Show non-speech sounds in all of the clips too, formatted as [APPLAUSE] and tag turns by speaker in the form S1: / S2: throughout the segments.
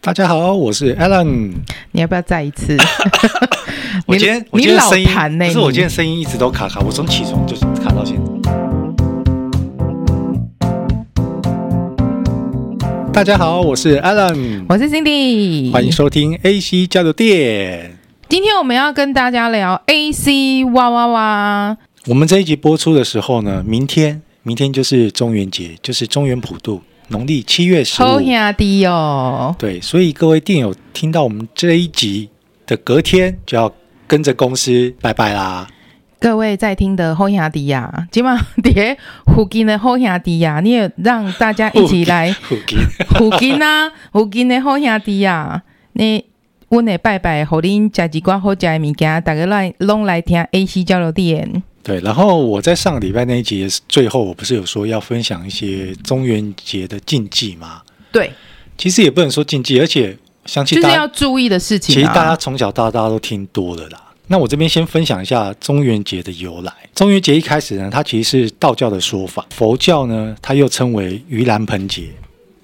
S1: 大家好，我是 Alan。
S2: 你要不要再一次？
S1: [LAUGHS] 我今天我
S2: 你
S1: 今天
S2: 老
S1: 声音
S2: 盘呢、
S1: 不是我今天
S2: 你
S1: 声音一直都卡卡，我从起床就是卡到现在。大家好，我是 Alan，
S2: 我是 Cindy，
S1: 欢迎。收听 AC 交流店。
S2: 今天我们要跟大家聊 AC 哇哇哇，
S1: 我们这一集播出的时候呢，明天明天就是中元节，就是中元普渡，农历七月十
S2: 抽
S1: 五。
S2: 下低哦。
S1: 对，所以各位店友听到我们这一集的隔天，就要跟着公司拜拜啦。
S2: 各位在听的后兄弟呀，今晚碟附近的后兄弟啊呀，你也让大家一起
S1: [LAUGHS]
S2: 来
S1: 附近
S2: 附近啊，附近的好兄弟呀，你阮会拜拜，互恁食一寡好食的物件，大家来拢来听 AC 交流店。
S1: 对，然后我在上个礼拜那一集也是最后，我不是有说要分享一些中元节的禁忌吗？
S2: 对，
S1: 其实也不能说禁忌，而且相
S2: 就
S1: 信
S2: 是
S1: 大家，
S2: 要注意的事情、啊。
S1: 其实大家从小到大都听多了啦。那我这边先分享一下中元节的由来。中元节一开始呢，它其实是道教的说法，佛教呢，它又称为盂兰盆节。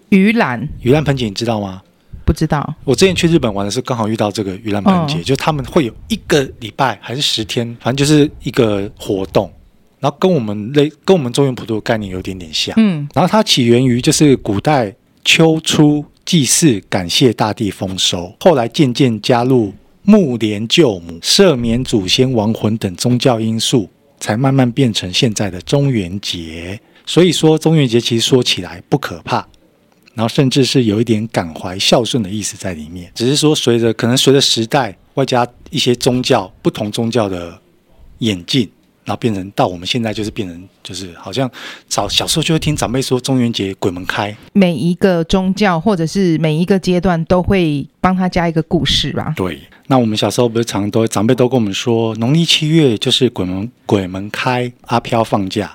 S2: 盂兰
S1: 盂兰盆节你知道吗？
S2: 不知道，
S1: 我之前去日本玩的时候，刚好遇到这个盂兰盆节，
S2: 嗯
S1: 就他们会有一个礼拜还是十天，反正就是一个活动，然后跟我们类跟我们中原普渡的概念有点点像。
S2: 嗯，
S1: 然后它起源于就是古代秋初祭祀，感谢大地丰收，后来渐渐加入木莲救母、赦免祖先亡魂等宗教因素，才慢慢变成现在的中元节。所以说，中元节其实说起来不可怕，然后甚至是有一点感怀孝顺的意思在里面。只是说，随着可能随着时代外加一些宗教不同宗教的眼镜，然后变成到我们现在就是变成就是好像早小时候就会听长辈说中元节鬼门开，
S2: 每一个宗教或者是每一个阶段都会帮他加一个故事吧。
S1: 对。那我们小时候不是常都长辈都跟我们说，农历七月就是鬼门鬼门开，阿飘放假，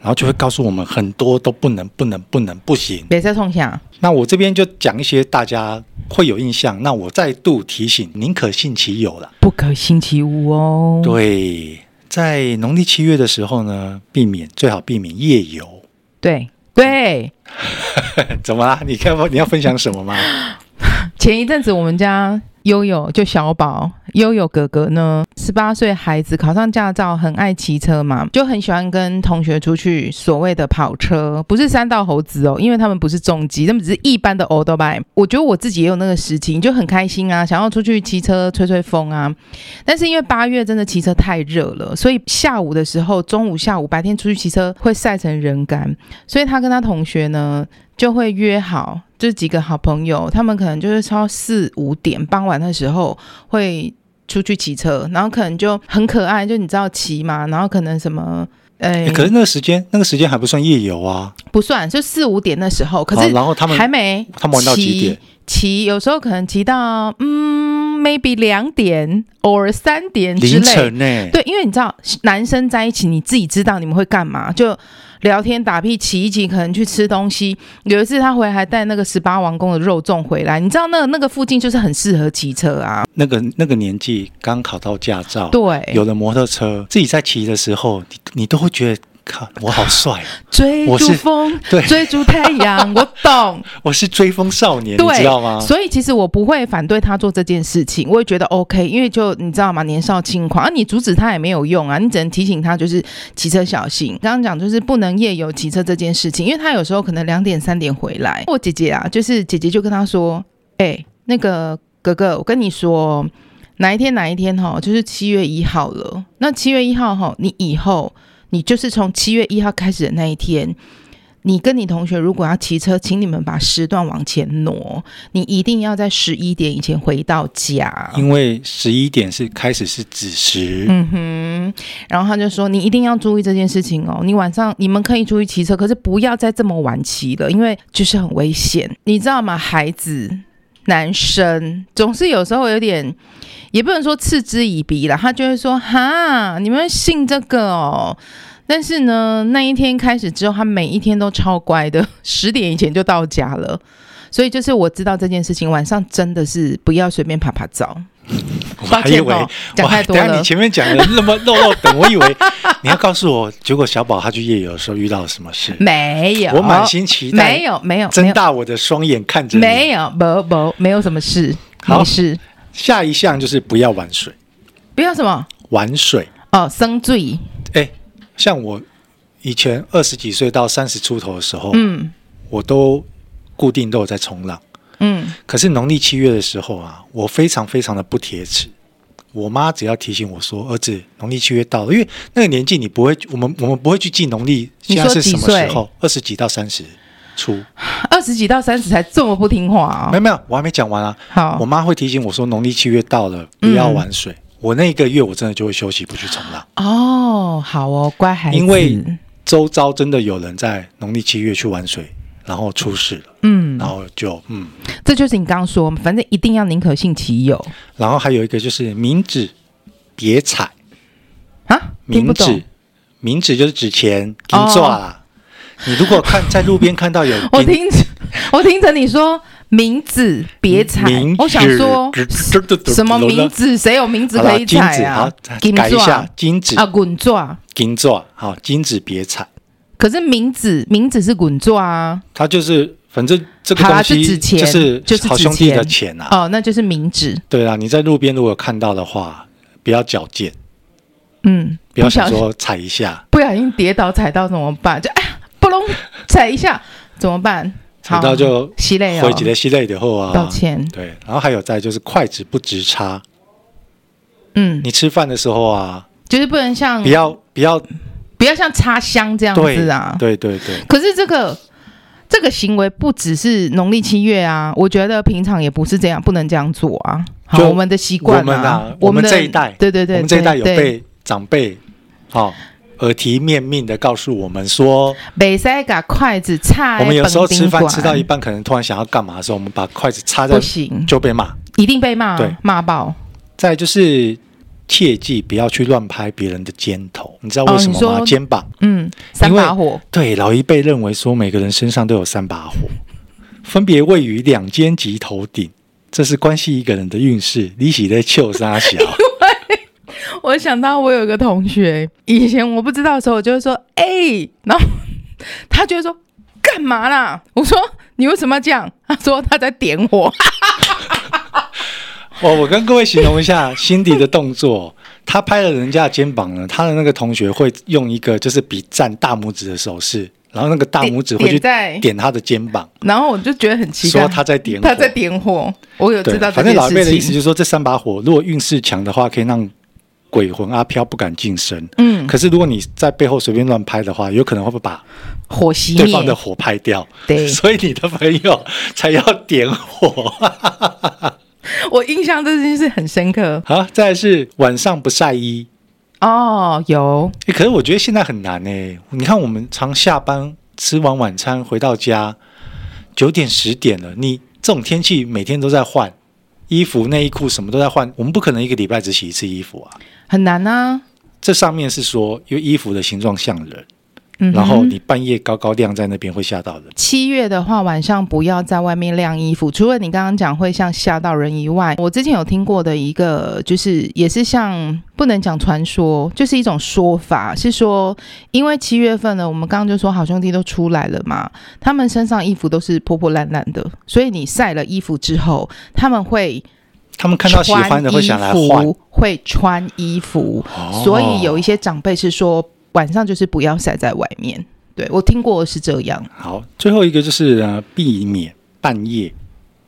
S1: 然后就会告诉我们很多都不能不能不能不行。
S2: 别再冲下，
S1: 那我这边就讲一些大家会有印象。那我再度提醒，宁可信其有啦。
S2: 不可星期五哦。，
S1: 对，在农历七月的时候呢，避免最好避免夜游。 [LAUGHS]
S2: 对对，
S1: 怎么啦？你看你要分享什么吗？
S2: [LAUGHS] 前一阵子我们家悠悠就小宝悠悠哥哥呢，十八岁孩子考上驾照，很爱骑车嘛，就很喜欢跟同学出去所谓的跑车，不是山道猴子哦，因为他们不是重机，他们只是一般的 old bike。我觉得我自己也有那个时期，就很开心啊，想要出去骑车吹吹风啊。但是因为八月真的骑车太热了，所以下午的时候，中午、下午、白天出去骑车会晒成人干，所以他跟他同学呢就会约好，就是几个好朋友，他们可能就是超四五点傍晚的时候会出去骑车，然后可能就很可爱，就你知道骑嘛，然后可能什么，哎、
S1: 欸可是那个时间，那个时间还不算夜游啊。
S2: 不算，就四五点那时候，可
S1: 好
S2: 是
S1: 然后他们
S2: 还没
S1: 他们玩到几
S2: 骑
S1: 点？
S2: 骑，有时候可能骑到嗯，maybe 两点 or 三点之
S1: 凌
S2: 类，
S1: 晨呢、
S2: 对，因为你知道男生在一起，你自己知道你们会干嘛，就聊天打屁、骑一骑，可能去吃东西。有一次他回来还带那个十八王宫的肉粽回来，你知道那那个附近就是很适合骑车啊。
S1: 那个那个年纪刚考到驾照，有
S2: 对，
S1: 了摩托车，自己在骑的时候，你你都会觉得，靠，我好帅
S2: [LAUGHS]
S1: 啊，
S2: 追
S1: 我
S2: 逐
S1: 是
S2: 风，
S1: 对
S2: 追逐太阳，我懂。
S1: 我是追风少年，你
S2: 对
S1: 知道吗？
S2: 所以其实我不会反对他做这件事情，我也觉得 OK，因为就你知道吗，年少轻狂啊，你阻止他也没有用啊，你只能提醒他就是骑车小心。刚刚讲就是不能夜游骑车这件事情，因为他有时候可能两点三点回来，我姐姐啊，就是姐姐就跟他说，哎、那个哥哥，我跟你说。哪一天哪一天哈，就是七月一号了。那七月一号哈，你以后你就是从七月一号开始的那一天，你跟你同学如果要骑车，请你们把时段往前挪，你一定要在十一点以前回到家。
S1: 因为十一点是开始是子时，
S2: 嗯哼，然后他就说：“你一定要注意这件事情哦，你晚上你们可以出去骑车，可是不要再这么晚骑了，因为就是很危险，你知道吗？孩子，男生总是有时候有点，也不能说嗤之以鼻啦，他就会说：哈，你们信这个哦。”但是呢，那一天开始之后，他每一天都超乖的， [LAUGHS] 十点以前就到家了。所以就是我知道这件事情，晚上真的是不要随便爬爬照。
S1: 我
S2: 抱
S1: 还以
S2: 歉
S1: 为
S2: 哦，讲
S1: 哇
S2: 太多
S1: 等一下
S2: 了
S1: 你。前面讲的那么漏漏等，我以为
S2: [LAUGHS]
S1: 你要告诉我，结果小宝他去夜游的时候遇到了什么事，
S2: 没有，
S1: 我满心期待
S2: 没有，没有，没
S1: 睁
S2: 有，
S1: 大我的双眼看着你。
S2: 没有，不不，没有什么事，
S1: 好
S2: 没事，
S1: 下一项就是不要玩水，
S2: 不要什么
S1: 玩水，
S2: 哦，生醉，
S1: 哎，像我以前二十几岁到三十出头的时候，
S2: 嗯
S1: 我都固定都有在冲浪。
S2: 嗯，
S1: 可是农历七月的时候啊，我非常非常的不铁齿。我妈只要提醒我说：“儿子，农历七月到了，因为那个年纪你不会，我们我们不会去记农历
S2: 你
S1: 现在
S2: 说
S1: 是
S2: 几
S1: 什么时
S2: 岁
S1: 候，二十几到三十出，
S2: 二十几到三十才这么不听话
S1: 没
S2: 啊、
S1: 有没有，我还没讲完啊。
S2: 好嗯
S1: 我，妈会提醒我说农历七月到了，不要玩水。我那个月我真的就会休息，不去冲浪。
S2: 哦，好哦，乖孩子，
S1: 因为周遭真的有人在农历七月去玩水，然后出事了，
S2: 嗯
S1: 然，后就嗯，
S2: 这就是你刚刚说，反正一定要宁可信其有
S1: 然后还有一个就是明指别踩。”
S2: 啊，听
S1: 冥
S2: 不懂哦
S1: 纸，，冥纸就是纸钱，金抓啦。你如果看在路边看到有
S2: [LAUGHS] 我
S1: 金
S2: 听着，我听着你说名字别踩
S1: 冥，
S2: 我想说
S1: 纸嘟嘟嘟
S2: 什么
S1: 嘟嘟
S2: 名字？谁有名字
S1: 好
S2: 可
S1: 了，
S2: 以
S1: 金
S2: 踩
S1: 子
S2: 啊
S1: 好？
S2: 金
S1: 改一
S2: 爪
S1: 下金子
S2: 啊，滚抓。
S1: 金抓好，金子别踩，
S2: 可是名字名字是滚抓啊，
S1: 它就是反正这个
S2: 好啦
S1: 东西
S2: 是纸钱
S1: 就是
S2: 就是
S1: 好
S2: 纸
S1: 兄弟的
S2: 钱
S1: 钱啊。
S2: 哦，那就是名字。
S1: 对啊，你在路边如果看到的话，不要矫健，
S2: 嗯，
S1: 不要
S2: 不小
S1: 想
S2: 心
S1: 说踩一下，
S2: 不小心跌倒踩到怎么办？就哎呀，不隆踩一下怎么办？
S1: 踩到就
S2: 吸泪
S1: 回
S2: 哦，
S1: 几个系列以后啊。
S2: 抱歉。
S1: 对，然后还有再就是筷子不直插，
S2: 嗯，
S1: 你吃饭的时候啊，
S2: 就是不能像
S1: 不要不要
S2: 不要像插香这样
S1: 对
S2: 子啊。
S1: 对对对。
S2: 可是这个这个行为不只是农历七月啊，我觉得平常也不是这样，不能这样做啊。好，
S1: 就
S2: 我们的习惯、
S1: 我们啊
S2: 啊，
S1: 我们
S2: 的
S1: 这一代
S2: 对对对，
S1: 我们这一代有
S2: 对对
S1: 被长辈好、耳提面命的告诉我们说，
S2: 北塞把筷子插在
S1: 我们有时候
S2: 饭
S1: 吃
S2: 顶
S1: 饭
S2: 管
S1: 吃到一半，可能突然想要干嘛的时候，我们把筷子插在
S2: 不行，
S1: 就被骂。
S2: 一定被骂
S1: 对，
S2: 骂爆。
S1: 再就是切记不要去乱拍别人的肩头，你知道为什么
S2: 哦
S1: 吗？
S2: 你说
S1: 肩膀。
S2: 嗯，三把火，
S1: 对，老一辈认为说每个人身上都有三把火，分别位于两肩及头顶，这是关系一个人的运势。你喜在秀沙小，
S2: 我想到我有一个同学，以前我不知道的时候，我就会说，哎、然后他就会说，干嘛啦？我说你为什么要这样？他说他在点火。
S1: [LAUGHS] 我哦我跟各位形容一下辛迪的动作，他拍了人家的肩膀呢，他的那个同学会用一个就是比赞大拇指的手势，然后那个大拇指会去
S2: 点点在
S1: 点他的肩膀，
S2: 然后我就觉得很奇怪，
S1: 说他在点火
S2: 他在点火，我有
S1: 对
S2: 知道，这
S1: 反正
S2: 件
S1: 老一辈的意思
S2: 事
S1: 就
S2: 情。
S1: 是说，这三把火如果运势强的话，可以让鬼魂阿飘不敢近身。
S2: 嗯，
S1: 可是如果你在背后随便乱拍的话，有可能会把
S2: 火熄
S1: 对方的
S2: 灭，
S1: 火拍掉。[LAUGHS]
S2: 对
S1: 所以你的朋友才要点火
S2: 我印象这件事很深刻。
S1: 好，再来是晚上不晒衣。
S2: 哦，有
S1: 欸可是我觉得现在很难呢、你看，我们常下班吃完晚餐回到家，九点十点了，你这种天气每天都在换衣服、内衣裤，什么都在换。我们不可能一个礼拜只洗一次衣服啊。
S2: 很难啊。
S1: 这上面是说，因为衣服的形状像人，
S2: 嗯哼，
S1: 然后你半夜高高晾在那边会吓到人。
S2: 七月的话，晚上不要在外面晾衣服，除了你刚刚讲会像吓到人以外，我之前有听过的一个，就是也是像不能讲传说，就是一种说法，是说因为七月份呢，我们刚刚就说好兄弟都出来了嘛，他们身上衣服都是破破烂烂的，所以你晒了衣服之后，他们会
S1: 他们看到喜欢的会想来
S2: 穿衣
S1: 换，
S2: 服，会穿衣服，
S1: 哦
S2: 所以有一些长辈是说晚上就是不要晒在外面。对我听过是这样。
S1: 好。最后一个就是呃，避免半夜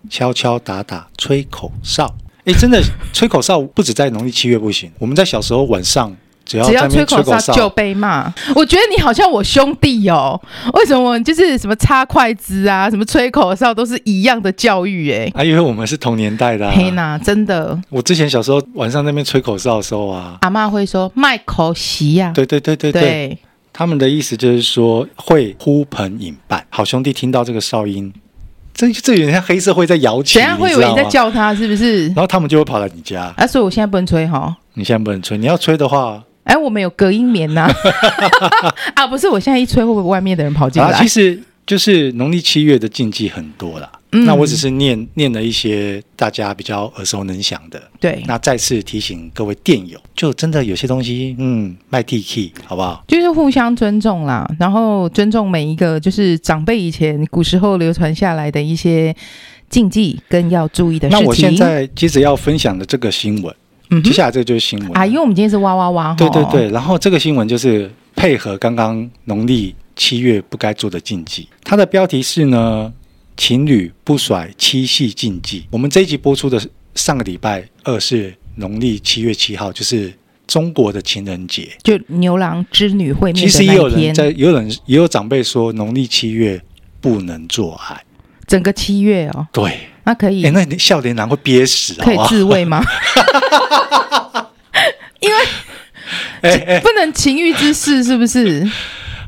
S1: 敲敲打打吹口哨。哎，真的吹口哨不止在农历七月不行，我们在小时候晚上只要
S2: 只
S1: 在
S2: 要
S1: 那
S2: 吹
S1: 边
S2: 口
S1: 吹
S2: 哨
S1: 口
S2: 就被骂。我觉得你好像我兄弟哦，为什么就是什么插筷子啊，什么吹口哨都是一样的教育哎、
S1: 啊，因为我们是同年代的、
S2: 黑
S1: 啊。
S2: 娜真的，
S1: 我之前小时候晚上那边吹口哨的时候啊，
S2: 阿嬷会说卖口席呀、
S1: 对对对对对，
S2: 对
S1: 他们的意思就是说会呼朋引伴。好兄弟听到这个哨音，这这有点像黑社会在摇旗，
S2: 等一下会以
S1: 知
S2: 为
S1: 道啊
S2: 你
S1: 吗
S2: 在叫他是不是
S1: [LAUGHS] 然？后他们就会跑来你家。
S2: 啊，所以我现在不能吹哈。
S1: 你现在不能吹，你要吹的话，
S2: 哎，我们有隔音棉
S1: [LAUGHS]
S2: 呐、 [LAUGHS] 啊，不是，我现在一吹会不会外面的人跑进
S1: 啊，
S2: 来
S1: 其？实就是农历七月的禁忌很多啦。
S2: 嗯
S1: 那我只是念念了一些大家比较耳熟能详的。
S2: 对，
S1: 那再次提醒各位电友，就真的有些东西，嗯，卖地气，好不好？
S2: 就是互相尊重啦，然后尊重每一个就是长辈以前古时候流传下来的一些禁忌跟要注意的事
S1: 那
S2: 情。
S1: 我现在接着要分享的这个新闻，
S2: 嗯
S1: 接
S2: 哼
S1: 下来这个就是新闻了
S2: 啊，因为我们今天是哇哇哇，
S1: 对
S2: 吼哦
S1: 对，对，然后这个新闻就是配合刚刚农历七月不该做的禁忌，它的标题是呢，情侣不甩七夕禁忌。我们这一集播出的是上个礼拜二是农历七月七号，就是中国的情人节。
S2: 就牛郎织女会面
S1: 其
S2: 的
S1: 实也有
S2: 那一
S1: 人
S2: 天，
S1: 在，也有人也有长辈说农历七月不能做爱。
S2: 整个七月哦，
S1: 对，
S2: 那可以、
S1: 哎，啊那你笑脸男会憋死，哦好
S2: 可以
S1: 不好？
S2: 自
S1: [LAUGHS]
S2: 慰吗？因为
S1: 哎哎，
S2: 不能情欲之事，是不是？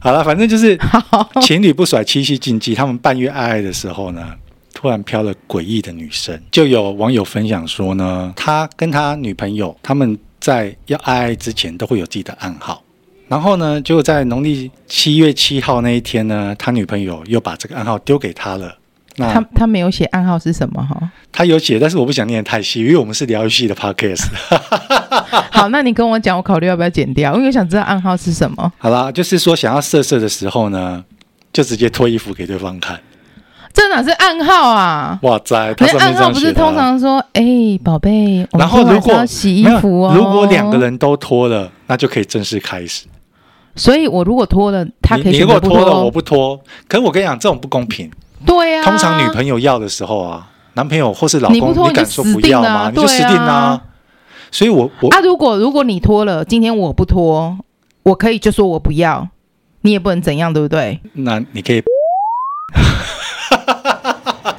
S1: 好了，反正就是
S2: 好，
S1: 情侣不甩七夕禁忌，他们半夜爱爱的时候呢，突然飘了诡异的女生。就有网友分享说呢，他跟他女朋友他们在要爱爱之前都会有自己的暗号，然后呢，就在农历七月七号那一天呢，他女朋友又把这个暗号丢给他了。那
S2: 他他没有写暗号是什么哈？
S1: 他有写，但是我不想念得太细，因为我们是疗愈系的 podcast。 [LAUGHS]
S2: 好，那你跟我讲，我考虑要不要剪掉，因为我想知道暗号是什么。
S1: 好啦，就是说想要色色的时候呢，就直接脱衣服给对方看。
S2: 这哪是暗号啊？
S1: 哇塞，他上
S2: 那
S1: 面
S2: 暗
S1: 这样
S2: 号不
S1: 写
S2: 是
S1: 的啊
S2: 通常说，哎、宝贝，我们
S1: 然后
S2: 今晚
S1: 如
S2: 是
S1: 果
S2: 要洗衣
S1: 没有
S2: 服哦。
S1: 如果两个，人都脱了，那就可以正式开始。
S2: 所以我如果脱了，他可
S1: 你
S2: 以
S1: 你如果
S2: 选择不
S1: 脱
S2: 脱
S1: 了，
S2: 咯
S1: 我不脱。可是我跟你讲，这种不公平。
S2: 对呀、啊，
S1: 通常女朋友要的时候啊，男朋友或是老
S2: 你不
S1: 公，
S2: 脱
S1: 敢
S2: 你就
S1: 说
S2: 死
S1: 不
S2: 定
S1: 要
S2: 了啊
S1: 吗？你就
S2: 对
S1: 死定啦、
S2: 啊
S1: 所以我我、
S2: 啊，如果如果你脱了，今天我不脱，我可以就说我不要，你也不能怎样，对
S1: [LAUGHS]
S2: 不对？
S1: 那你可以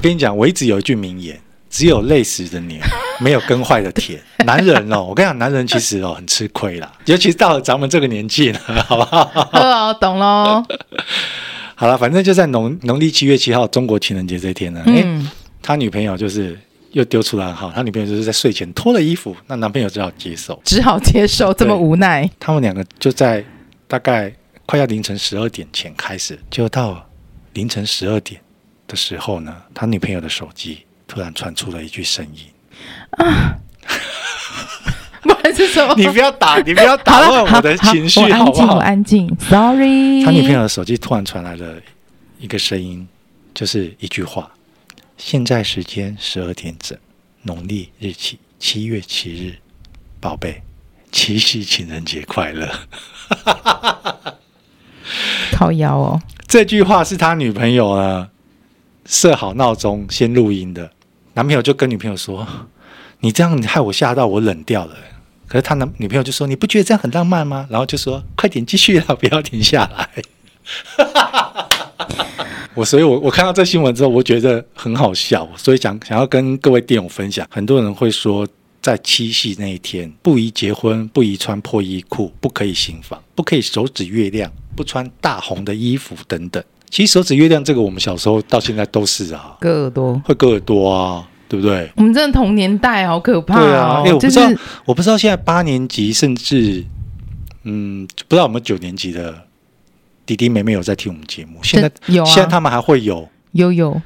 S1: 跟你讲，我一直有一句名言：只有累死的
S2: [LAUGHS]
S1: 牛，没有耕坏的田。男人哦，我跟你讲，男人其实哦很吃亏啦，尤其是到了咱们这个年纪了，好不好？
S2: 哦，懂喽。
S1: 好了，反正就在农农历七月七号，中国情人节这一天呢，哎、
S2: 嗯，
S1: 他女朋友就是又丢出来哈，他女朋友就是在睡前脱了衣服，那男朋友只好接受。
S2: 只好接受，这么无奈。
S1: 他们两个就在大概快要凌晨十二点前开始，就到凌晨十二点的时候呢，他女朋友的手机突然传出了一句声音？
S2: 不然是什么：“
S1: 你不要打，你不要打
S2: 了，
S1: 乱
S2: 哦好
S1: 我的情绪，
S2: 我
S1: 好
S2: 安
S1: 不
S2: 静，我
S1: 好
S2: 安静。Sorry，？”
S1: 他女朋友的手机突然传来了一个声音，就是一句话：“现在时间十二点整，农历日期七月七日，宝贝，七夕情人节快乐。” [LAUGHS]
S2: 靠腰哦，
S1: 这句话是他女朋友呢设好闹钟先录音的，男朋友就跟女朋友说：“你这样害我吓到我冷掉了。”可是他男女朋友就说：“你不觉得这样很浪漫吗？”然后就说：“快点继续啊啦，不要停下来。”我所以我，我看到这新闻之后，我觉得很好笑，所以想想要跟各位电友分享。很多人会说，在七夕那一天不宜结婚，不宜穿破衣裤，不可以行房，不可以手指月亮，不穿大红的衣服等等。其实手指月亮这个，我们小时候到现在都是啊，
S2: 割耳朵。
S1: 会割耳朵啊，对不对？
S2: 我们真的同年代，好可怕
S1: 对啊
S2: 哦！，
S1: 哎，我不
S2: 就
S1: 知道
S2: 是，
S1: 我不知道现在八年级甚至嗯，不知道有没有九年级的弟弟妹妹有在听我们节目。现在、
S2: 真有啊，
S1: 现在他们还会有，
S2: 有有，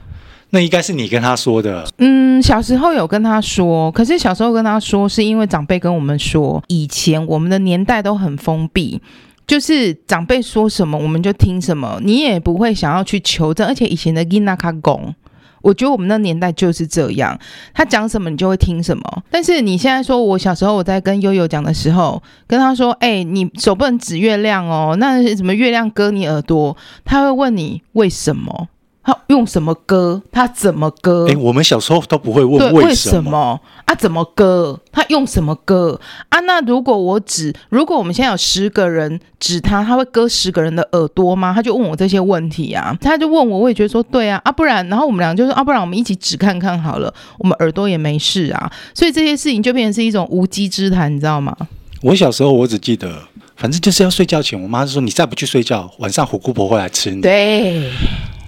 S1: 那应该是你跟他说的。
S2: 嗯，小时候有跟他说，可是小时候跟他说，是因为长辈跟我们说，以前我们的年代都很封闭。就是长辈说什么我们就听什么，你也不会想要去求证，而且以前的 i n a k a 我觉得我们那年代就是这样，他讲什么你就会听什么。但是你现在说，我小时候我在跟悠悠讲的时候，跟他说：“哎、你手不能指月亮哦，那什么月亮割你耳朵？”他会问你为什么，他用什么割，他怎么割？
S1: 哎、我们小时候都不会
S2: 呃对，
S1: 问
S2: 为
S1: 什么。
S2: 么啊？怎么割？他用什么割啊？那如果我指，如果我们现在有十个人指他，他会割十个人的耳朵吗？他就问我这些问题啊，他就问我，我也觉得说对啊，啊不然，然后我们俩就说啊，不然我们一起指看看好了，我们耳朵也没事啊，所以这些事情就变成是一种无稽之谈，你知道吗？
S1: 我小时候我只记得，反正就是要睡觉前，我妈就说你再不去睡觉，晚上虎姑婆会来吃你。嗯
S2: 对，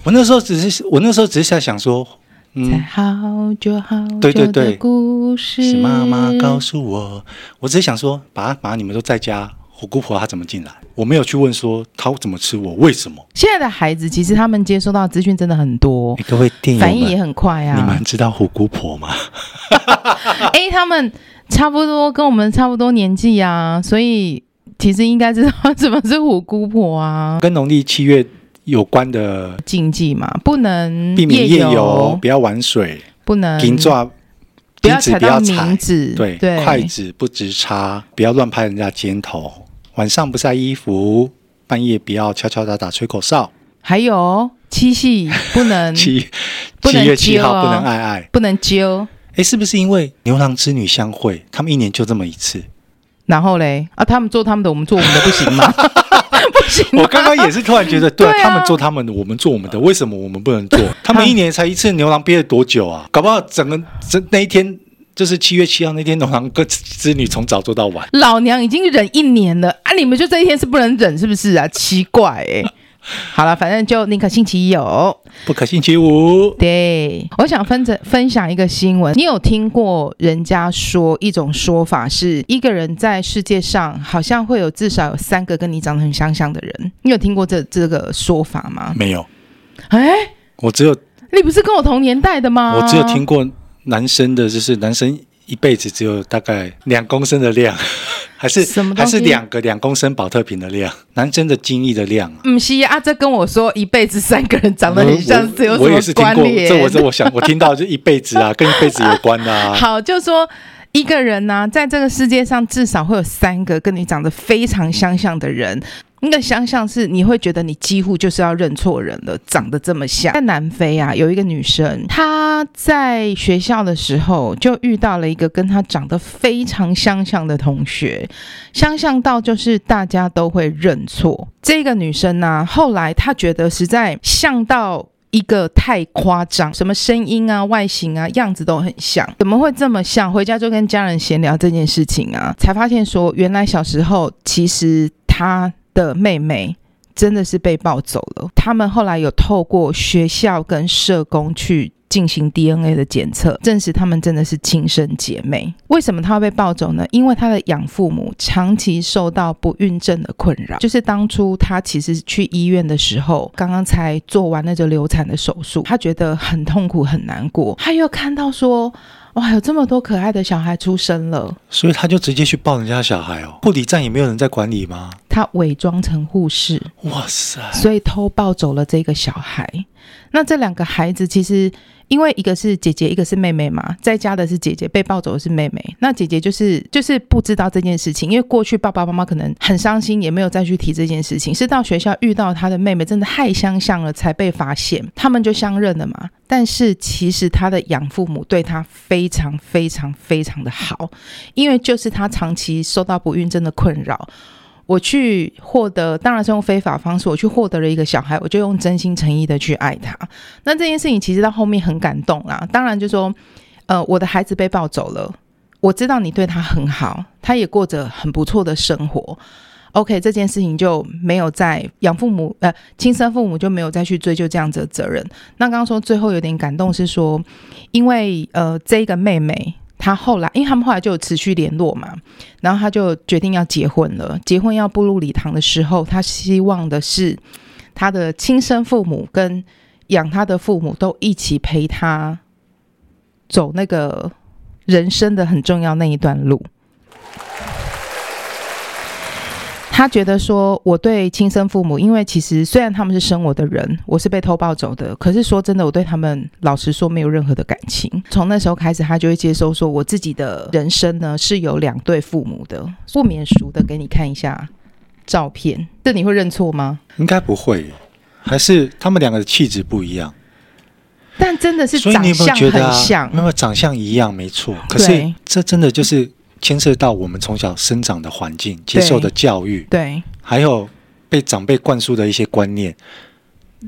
S1: 我那时候只是我那时候只是在想说，
S2: 在
S1: 嗯，
S2: 好久好
S1: 对对
S2: 久的
S1: 对
S2: 故事，
S1: 是妈妈告诉我，我只是想说，爸爸你们都在家。我姑婆她怎么进来，我没有去问说她怎么吃我为什么。
S2: 现在的孩子其实他们接收到资讯真的很多
S1: 诶，各位电友
S2: 哦反应也
S1: 们，
S2: 很快
S1: 你
S2: 啊
S1: 们。知道虎姑婆吗？
S2: [LAUGHS] 哎，他们差不多跟我们差不多年纪啊，所以其实应该知道什么是虎姑婆啊， [LAUGHS]
S1: 跟农历七月有关的，
S2: 禁忌嘛，不能
S1: 避免夜游，
S2: 嗯游，
S1: 不要玩水，
S2: 不能
S1: 金抓
S2: 不要
S1: 钉子
S2: 踩
S1: 不要
S2: 到名
S1: 踩，
S2: 字，
S1: 对，
S2: 对，
S1: 筷子不直插，不要乱拍人家肩头，晚上不晒衣服，半夜不要敲敲打打吹口哨，
S2: 还有
S1: [LAUGHS]
S2: 七夕不能
S1: 七
S2: 嗯不能
S1: 七月七
S2: 揪
S1: 号
S2: 哦
S1: 不能爱爱。
S2: 不能揪，
S1: 哎，是不是因为牛郎织女相会，他们一年就这么一
S2: [LAUGHS]
S1: 次？
S2: 然后嘞啊，他们做他们的，我们做我们的，不
S1: [LAUGHS]
S2: 行吗？不行吗，
S1: 我刚刚也是突然觉
S2: [LAUGHS]
S1: 得，对啊
S2: 对啊
S1: 他们做他们的，我们做我们的，为什么我们不能
S2: [LAUGHS]
S1: 做？他们一年才一次牛郎憋了多久啊？搞不好整个整那一天就是七月七号那天，牛郎跟织女从早做到晚。
S2: 老娘已经忍一年了啊！你们就这一天是不能忍，是不是啊？奇怪哎、好了，反正就宁可信其有。
S1: 不可信其无。
S2: 对，我想分成分享一个新闻。你有听过人家说一种说法是，一个人在世界上好像会有至少有三个跟你长得很相像的人。你有听过这这个说法吗？
S1: 没有，
S2: 哎，
S1: 我只有、
S2: 你不是跟我同年代的吗？
S1: 我只有听过男生的，就是男生一辈子只有大概两公升的量， [LAUGHS] 还是
S2: 什么东
S1: 还
S2: 西
S1: 是两个两公升保特瓶的量，男生的精液的量啊。
S2: 嗯，西啊，这 [LAUGHS] 跟我说一辈子三个人长得很像是有
S1: 我我也
S2: 什
S1: 是
S2: 么
S1: 听
S2: 关
S1: 过，
S2: 联？
S1: 这我这我想我听到就一辈子
S2: [LAUGHS]
S1: 啊，跟一辈子有关的啊。
S2: 好，就说一个人呢、在这个世界上至少会有三个跟你长得非常相像的人。那个相像是你会觉得你几乎就是要认错人了，长得这么像。在南非啊，有一个女生，她在学校的时候就遇到了一个跟她长得非常相像的同学，相像到就是大家都会认错。这个女生呢、后来她觉得实在像到一个太夸张，什么声音啊、外形啊、样子都很像，怎么会这么像？回家就跟家人闲聊这件事情啊，才发现说原来小时候其实她的妹妹。真的是被抱走了。他们后来有透过学校跟社工去进行 DNA 的检测，证实他们真的是亲生姐妹。为什么她会被抱走呢？因为她的养父母长期受到不孕症的困扰，就是当初她其实去医院的时候，刚刚才做完那个流产的手术，她觉得很痛苦很难过，她又看到说。哇，有这么多可爱的小孩出生了！
S1: 所以他就直接去抱人家小孩哦。护理站也没有人在管理吗？
S2: 她伪装成护士，
S1: 哇塞！
S2: 所以偷抱走了这个小孩。那这两个孩子其实，因为一个是姐姐，一个是妹妹嘛，在家的是姐姐，被抱走的是妹妹。那姐姐就是就是不知道这件事情，因为过去爸爸妈妈可能很伤心，也没有再去提这件事情。是到学校遇到她的妹妹，真的太相像了，才被发现，他们就相认了嘛。但是其实她的养父母对她非常非常非常的好，因为就是她长期受到不孕症的困扰，我去获得，当然是用非法方式，我去获得了一个小孩，我就用真心诚意的去爱他。那这件事情其实到后面很感动啦。当然就说，呃，我的孩子被抱走了，我知道你对他很好，他也过着很不错的生活。OK，这件事情就没有在养父母呃亲生父母就没有再去追究这样子的责任。那刚刚说最后有点感动是说，因为呃这个妹妹她后来，因为他们后来就有持续联络嘛，然后她就决定要结婚了。结婚要步入礼堂的时候，她希望的是她的亲生父母跟养她的父母都一起陪她走那个人生的很重要那一段路。她觉得说，我对亲生父母，因为其实虽然他们是生我的人，我是被偷抱走的，可是说真的，我对他们老实说没有任何的感情。从那时候开始，她就会接受说，我自己的人生呢是有两对父母的，不免俗的给你看一下照片，这你会认错吗？
S1: 应该不会耶，还是他们两个的气质不一样，
S2: 但真的是
S1: 所以
S2: 长
S1: 你有没有
S2: 相
S1: 觉得
S2: 很
S1: 啊？
S2: 像，
S1: 没有长相一样，没错。可是
S2: 对
S1: 这真的就是牵涉到我们从小生长的环境、接受的教育，
S2: 对。
S1: 还有被长辈灌输的一些观念，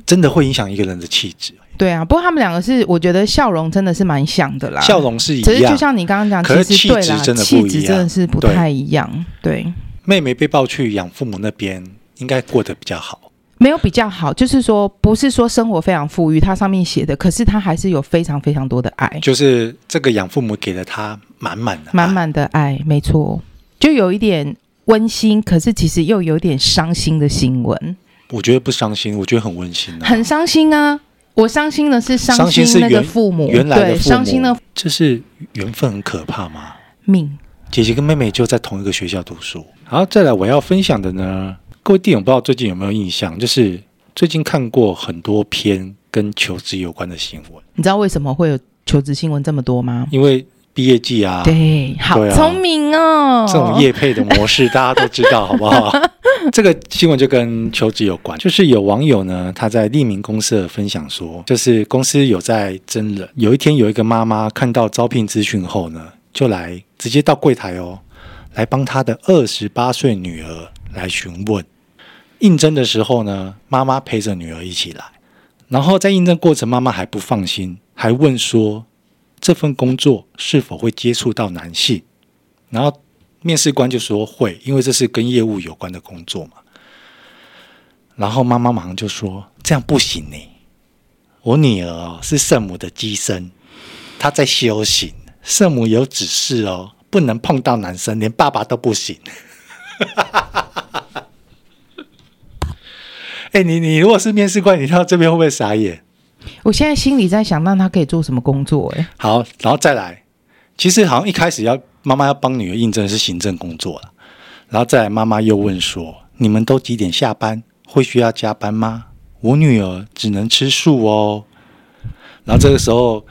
S1: 真的会影响一个人的气质。
S2: 对啊，不过他们两个是，我觉得笑容真的是蛮像的啦。
S1: 笑，容是一
S2: 只是
S1: 样
S2: 就，像你刚刚讲，
S1: 可是
S2: 其实
S1: 气
S2: 对
S1: 质
S2: 啦，
S1: 真的不
S2: 气
S1: 一
S2: 质
S1: 样
S2: 真的是不
S1: 对
S2: 太一样。对，
S1: 妹妹被抱去养父母那边，应该过得比较好。
S2: 没有比较好，就是说不是说生活非常富裕，它上面写的，可是它还是有非常非常多的爱，
S1: 就是这个养父母给了她满满的爱，
S2: 满满的爱，没错，就有一点温馨，可是其实又有点伤心的新闻，
S1: 我觉得不伤心，我觉得很温馨啊。
S2: 很伤心啊！我伤心的是伤
S1: 伤心是
S2: 那个
S1: 原
S2: 父母，
S1: 原来的
S2: 对，
S1: 父
S2: 伤心
S1: 母
S2: 的
S1: 这是缘分很可怕吗？
S2: 命。
S1: 姐姐跟妹妹就在同一个学校读书。好，再来我要分享的呢，各位弟友不知道最近有没有印象，就是最近看过很多篇跟求职有关的新闻，
S2: 你知道为什么会有求职新闻这么多吗？
S1: 因为毕业季啊，
S2: 对，好
S1: 对啊
S2: 聪明哦！
S1: 这种业配的模式大家都知道，好不好？这个新闻就跟求职有关，就是有网友呢，他在匿名公社分享说，就是公司有在真人，有一天有一个妈妈看到招聘资讯后呢，就来直接到柜台哦，来帮她的二十八岁女儿来询问。应征的时候呢，妈妈陪着女儿一起来，然后在应征过程，妈妈还不放心，还问说这份工作是否会接触到男性，然后面试官就说会，因为这是跟业务有关的工作嘛。然后妈妈马上就说：“这样不行呢，我女儿哦是圣母的机身，她在修行，圣母有指示哦，不能碰到男生，连爸爸都不行。” [LAUGHS] 哎、你你如果是面试官，你看到这边会不会傻眼？
S2: 我现在心里在想，让他可以做什么工作、欸？
S1: 好，然后再来。其实好像一开始要妈妈要帮女儿印证是行政工作了，然后再来妈妈又问说：“你们都几点下班？会需要加班吗？”我女儿只能吃素哦。然后这个时候，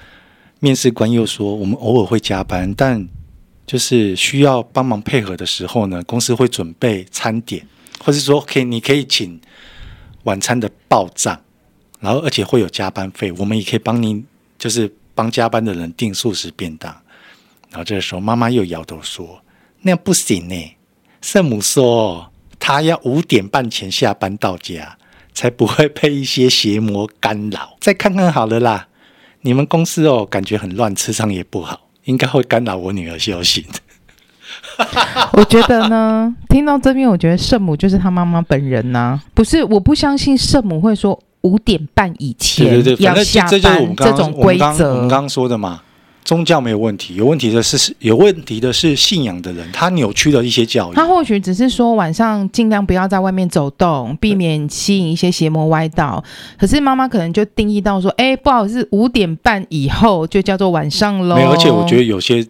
S1: 面试官又说：“我们偶尔会加班，但就是需要帮忙配合的时候呢，公司会准备餐点，或是说可以你可以请晚餐的报账，然后而且会有加班费，我们也可以帮您就是帮加班的人订素食便当。然后这个时候妈妈又摇头说：“那样不行呢，圣母说哦她要五点半前下班到家，才不会被一些邪魔干扰。再看看好了啦，你们公司哦感觉很乱，磁场也不好，应该会干扰我女儿休息。
S2: 哎，我觉
S1: [LAUGHS]
S2: 得呢，听到这边，我觉得圣母就是他妈妈本人呐、不是，我不相信圣母会说五点半以前
S1: 对对对，
S2: 要
S1: 反正
S2: 下
S1: 这
S2: 班
S1: 这就是我们刚刚
S2: 种
S1: 我们
S2: 规
S1: 刚我们
S2: 则。
S1: 刚刚说的嘛，宗教没有问题，有问题的是有问题的是信仰的人，他扭曲了一些教义。
S2: 他或许只是说晚上尽量不要在外面走动，避免吸引一些邪魔歪道。可是妈妈可能就定义到说，哎，不好意思，五点半以后就叫做晚上喽。
S1: 没有，而且我觉得有些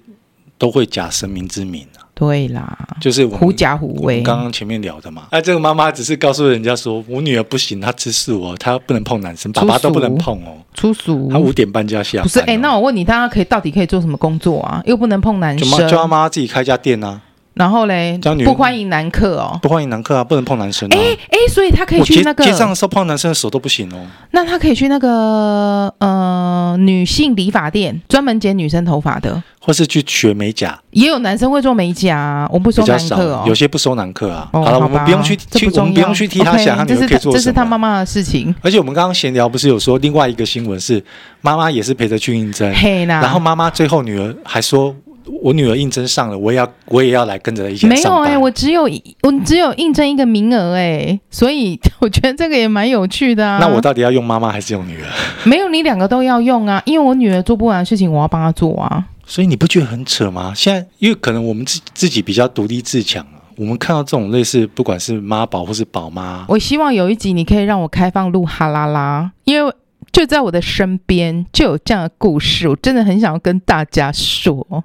S1: 都会假神明之名啊，
S2: 对啦，
S1: 就是我们
S2: 狐假虎
S1: 我们
S2: 威。
S1: 刚刚前面聊的嘛。那、这个妈妈只是告诉人家说，我女儿不行，她吃素哦，她不能碰男生，爸爸都不能碰哦，
S2: 粗俗。
S1: 她五点半就要下班哦、
S2: 不是，哎、那我问你，大家可以到底可以做什么工作啊？又不能碰男
S1: 就妈叫她
S2: 生，
S1: 妈自己开家店啊，
S2: 然后嘞
S1: 教女，
S2: 不欢迎男客哦。
S1: 不欢迎男客啊，不能碰男生啊。
S2: 哎哎，所以他可以
S1: 我
S2: 去
S1: 结
S2: 那个
S1: 结，账的时候碰到男生的手都不行哦，
S2: 那他可以去那个呃女性理发店，专门剪女生头发的，
S1: 或是去学美甲，
S2: 也有男生会做美甲啊，我不
S1: 比
S2: 收
S1: 较
S2: 男
S1: 少
S2: 客，哦
S1: 有。些不收男客啊。
S2: 哦
S1: 好了，
S2: 吧
S1: 我们不用去
S2: 这
S1: 去，
S2: 不
S1: 我们
S2: 重
S1: 不
S2: 要
S1: 用去替她
S2: OK，
S1: 想，她女
S2: 这
S1: 儿
S2: 是
S1: 可以
S2: 他
S1: 做
S2: 这
S1: 什
S2: 是
S1: 么。
S2: 他妈妈的事情。
S1: 而且我们刚刚闲聊不是有说另外一个新闻是妈妈也是陪着去应征，
S2: 嘿啦，
S1: 然后妈妈最后女儿还说，我女儿应征上了，我也要我也要来跟着一起来
S2: 没
S1: 上
S2: 有
S1: 班。
S2: 哎、我只有我只有应征一个名额哎、所以 [LAUGHS] 我觉得这个也蛮有趣的啊。
S1: 那我到底要用妈妈还是用女儿？
S2: 没有，你两个都要用啊，因为我女儿做不完的事情，我要帮她做啊。
S1: 所以你不觉得很扯吗？现在因为可能我们自自己比较独立自强啊，我们看到这种类似不管是妈宝或是宝妈，
S2: 我希望有一集你可以让我开放录哈啦啦，因为就在我的身边就有这样的故事，我真的很想要跟大家说。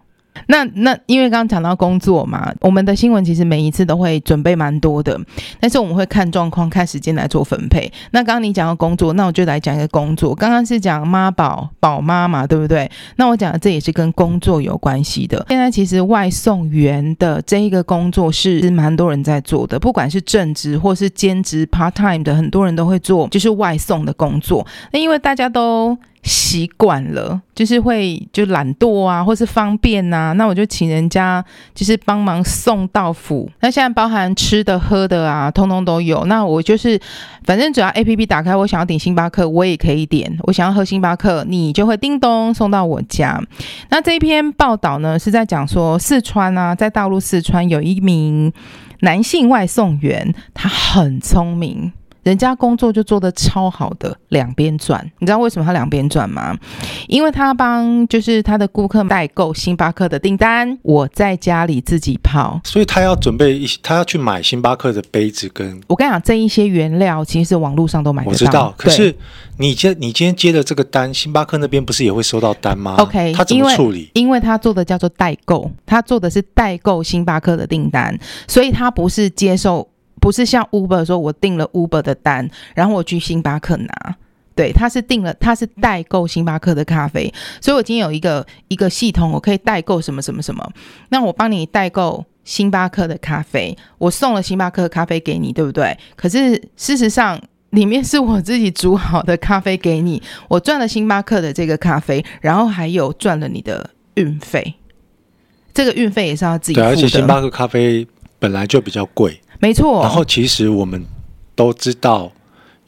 S2: 那那因为刚刚讲到工作嘛，我们的新闻其实每一次都会准备蛮多的，但是我们会看状况、看时间来做分配。那刚刚你讲到工作，那我就来讲一个工作。刚刚是讲妈宝宝妈嘛，对不对？那我讲的这也是跟工作有关系的。现在其实外送员的这一个工作是蛮多人在做的，不管是正职或是兼职 part time 的，很多人都会做，就是外送的工作。那因为大家都习惯了，就是会就懒惰啊，或是方便呐、那我就请人家就是帮忙送到府。那现在包含吃的喝的啊，通通都有。那我就是反正只要 A P P 打开，我想要点星巴克，我也可以点；我想要喝星巴克，你就会叮咚送到我家。那这一篇报道呢，是在讲说四川啊，在大陆四川有一名男性外送员，他很聪明。人家工作就做得超好的，两边赚。你知道为什么他两边赚吗？因为他帮就是他的顾客代购星巴克的订单，我在家里自己泡。
S1: 所以他要准备一些，他要去买星巴克的杯子跟。
S2: 我跟你讲，这一些原料其实网络上都买得到。
S1: 我知道，可
S2: 对
S1: 是你接你今天接的这个单，星巴克那边不是也会收到单吗
S2: OK，
S1: 他怎
S2: 因
S1: 么
S2: 为
S1: 处理？
S2: 因为他做的叫做代购，他做的是代购星巴克的订单，所以他不是接受，不是像 Uber 说我订了 Uber 的单，然后我去星巴克拿。对，他是订了，他是代购星巴克的咖啡，所以我今天有一个一个系统，我可以代购什么什么什么。那我帮你代购星巴克的咖啡，我送了星巴克的咖啡给你，对不对？可是事实上，里面是我自己煮好的咖啡给你，我赚了星巴克的这个咖啡，然后还有赚了你的运费，这个运费也是要自己
S1: 对，啊而且
S2: 付
S1: 星
S2: 的。
S1: 巴克咖啡本来就比较贵，
S2: 没错，
S1: 然后其实我们都知道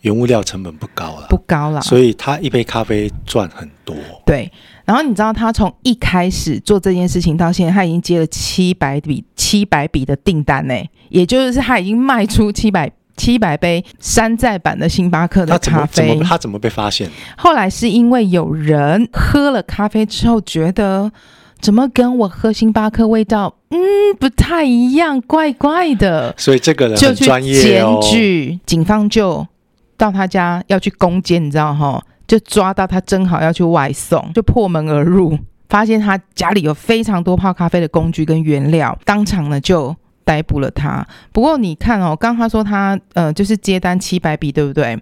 S1: 原物料成本不高了
S2: 不，高啦。
S1: 所以他一杯咖啡赚很多。
S2: 对，然后你知道他从一开始做这件事情到现在，他已经接了七百笔七百笔的订单呢，也就是他已经卖出七百七百杯山寨版的星巴克
S1: 他
S2: 的
S1: 怎
S2: 咖
S1: 么怎
S2: 啡
S1: 么。他怎么被发现？
S2: 后来是因为有人喝了咖啡之后觉得。怎么跟我喝星巴克味道，嗯，不太一样，怪怪的，
S1: 所以这个人
S2: 就
S1: 很
S2: 去
S1: 专业
S2: 检
S1: 哦。
S2: 举，警方就到他家要去攻坚，你知道哈？就抓到他正好要去外送，就破门而入，发现他家里有非常多泡咖啡的工具跟原料，当场呢就逮捕了他。不过你看哦，刚刚他说他呃就是接单七百笔，对不对？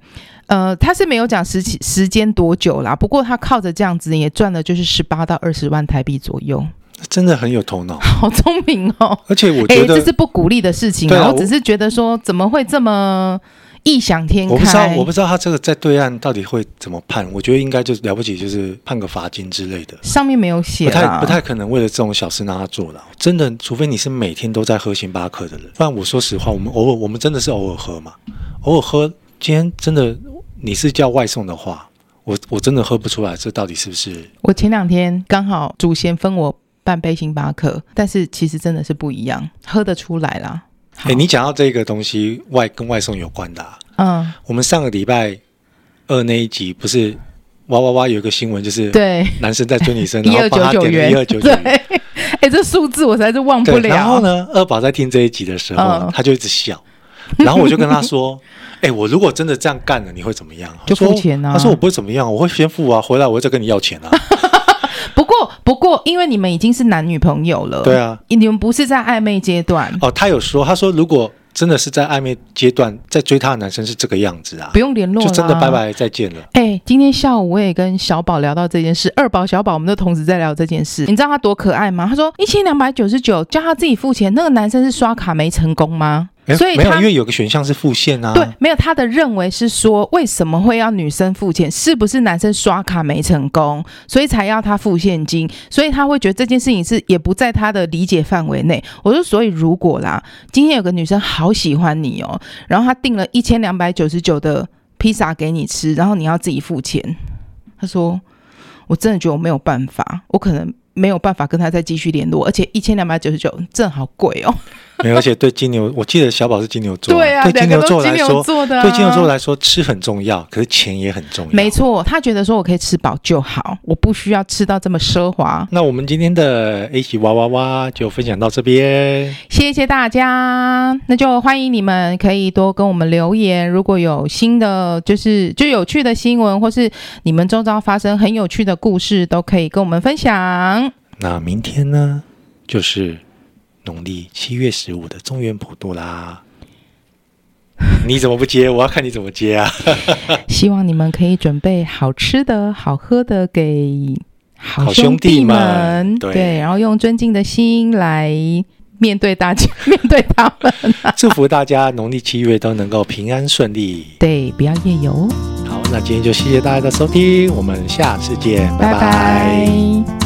S2: 呃，他是没有讲时期时间多久啦，不过他靠着这样子也赚了就是十八到二十万台币左右，
S1: 真的很有头脑，
S2: 好聪明哦。
S1: 而且
S2: [LAUGHS]
S1: 我
S2: 哎、
S1: 觉得
S2: 这是不鼓励的事情
S1: 对啊
S2: 啊！
S1: 我
S2: 我只是觉得说，怎么会这么异想天开？
S1: 我不知道，我不知道他这个在对岸到底会怎么判。我觉得应该就是了不起，就是判个罚金之类的，
S2: 上面没有写啊
S1: 不
S2: 啦
S1: 太不太可能为了这种小事让他坐牢。真的，除非你是每天都在喝星巴克的人，不然我说实话，我们偶尔我们真的是偶尔喝嘛，偶尔喝。今天真的你是叫外送的话，我我真的喝不出来，这到底是不是？
S2: 我前两天刚好祖先分我半杯星巴克，但是其实真的是不一样，喝得出来啦。好
S1: 哎，你讲到这个东西外跟外送有关的、啊，
S2: 嗯，
S1: 我们上个礼拜二那一集不是哇哇哇有一个新闻，就是
S2: 对，
S1: 男生在追女生，然
S2: [LAUGHS] 一
S1: 后
S2: 二
S1: 帮
S2: 九
S1: 他
S2: 九
S1: 点了
S2: 元，
S1: 一二九九
S2: 对， [LAUGHS]
S1: 元。
S2: 哎、这数字我实在是忘 [LAUGHS] 不
S1: 对，
S2: 了。
S1: 然后？呢，二宝在听这一集的时候，
S2: 嗯
S1: 他就一直笑。然后我就跟他
S2: [LAUGHS]
S1: 说：“哎、我如果真的这样干了，你会怎么样？”
S2: 就
S1: 他说
S2: 付钱啊
S1: 他说：“我不会怎么样，我会先付啊，回来我再跟你要
S2: [LAUGHS]
S1: 钱啊。
S2: 不过不过，因为你们已经是男女朋友了，”
S1: 对，啊，
S2: 你们不是在暧昧阶段，
S1: 哦，他有说，他说如果真的是在暧昧阶段，在追他的男生是这个样子啊
S2: 不，用联络
S1: 就
S2: 了，
S1: 真的拜。拜再见了。
S2: 哎、今天下午我也跟小宝聊到这件事，二宝、小宝我们都同时在聊这件事。你知道他多可爱吗？他说一千两百九十九，叫他自己付钱。那个男生是刷卡没成功吗？
S1: 哎
S2: 所以
S1: 没有，
S2: 他
S1: 因为有个选项是付现啊。
S2: 对，没有他的认为是说，为什么会要女生付钱？是不是男生刷卡没成功，所以才要他付现金？所以他会觉得这件事情是也不在他的理解范围内。我说，所以如果啦，今天有个女生好喜欢你哦，然后她订了一千两百九十九的披萨给你吃，然后你要自己付钱，他说，我真的觉得我没有办法，我可能。没有办法跟他再继续联络，而且一千两百九十九，正好贵哦。
S1: 没有，而且对金牛，我记得小宝是金牛座，
S2: 对啊，
S1: 对
S2: 两
S1: 金
S2: 个
S1: 牛
S2: 都
S1: 座
S2: 金
S1: 来
S2: 牛
S1: 说，
S2: 座的、啊，
S1: 对金牛座来说，吃很重要，可是钱也很重要。
S2: 没错，他觉得说我可以吃饱就好，我不需要吃到这么奢华。
S1: 那我们今天的 A 级哇哇哇就分享到这边，
S2: 谢谢大家，那就欢迎你们可以多跟我们留言，如果有新的就是就有趣的新闻，或是你们周遭发生很有趣的故事，都可以跟我们分享。
S1: 那明天呢就是农历七月十五的中元普渡啦。你怎么不接？我要看你怎么接 [LAUGHS] 啊！
S2: 希望你们可以准备好吃的好喝的给好
S1: 好
S2: 兄
S1: 兄弟
S2: 们，
S1: 们对
S2: 然后用尊敬的心来面对大家， [LAUGHS] 面对他们，
S1: 祝福大家农历七月都能够平安顺利。
S2: 对，不要夜游哦。
S1: 好，那今天就谢谢大家的收听，我们下次见，拜
S2: 拜拜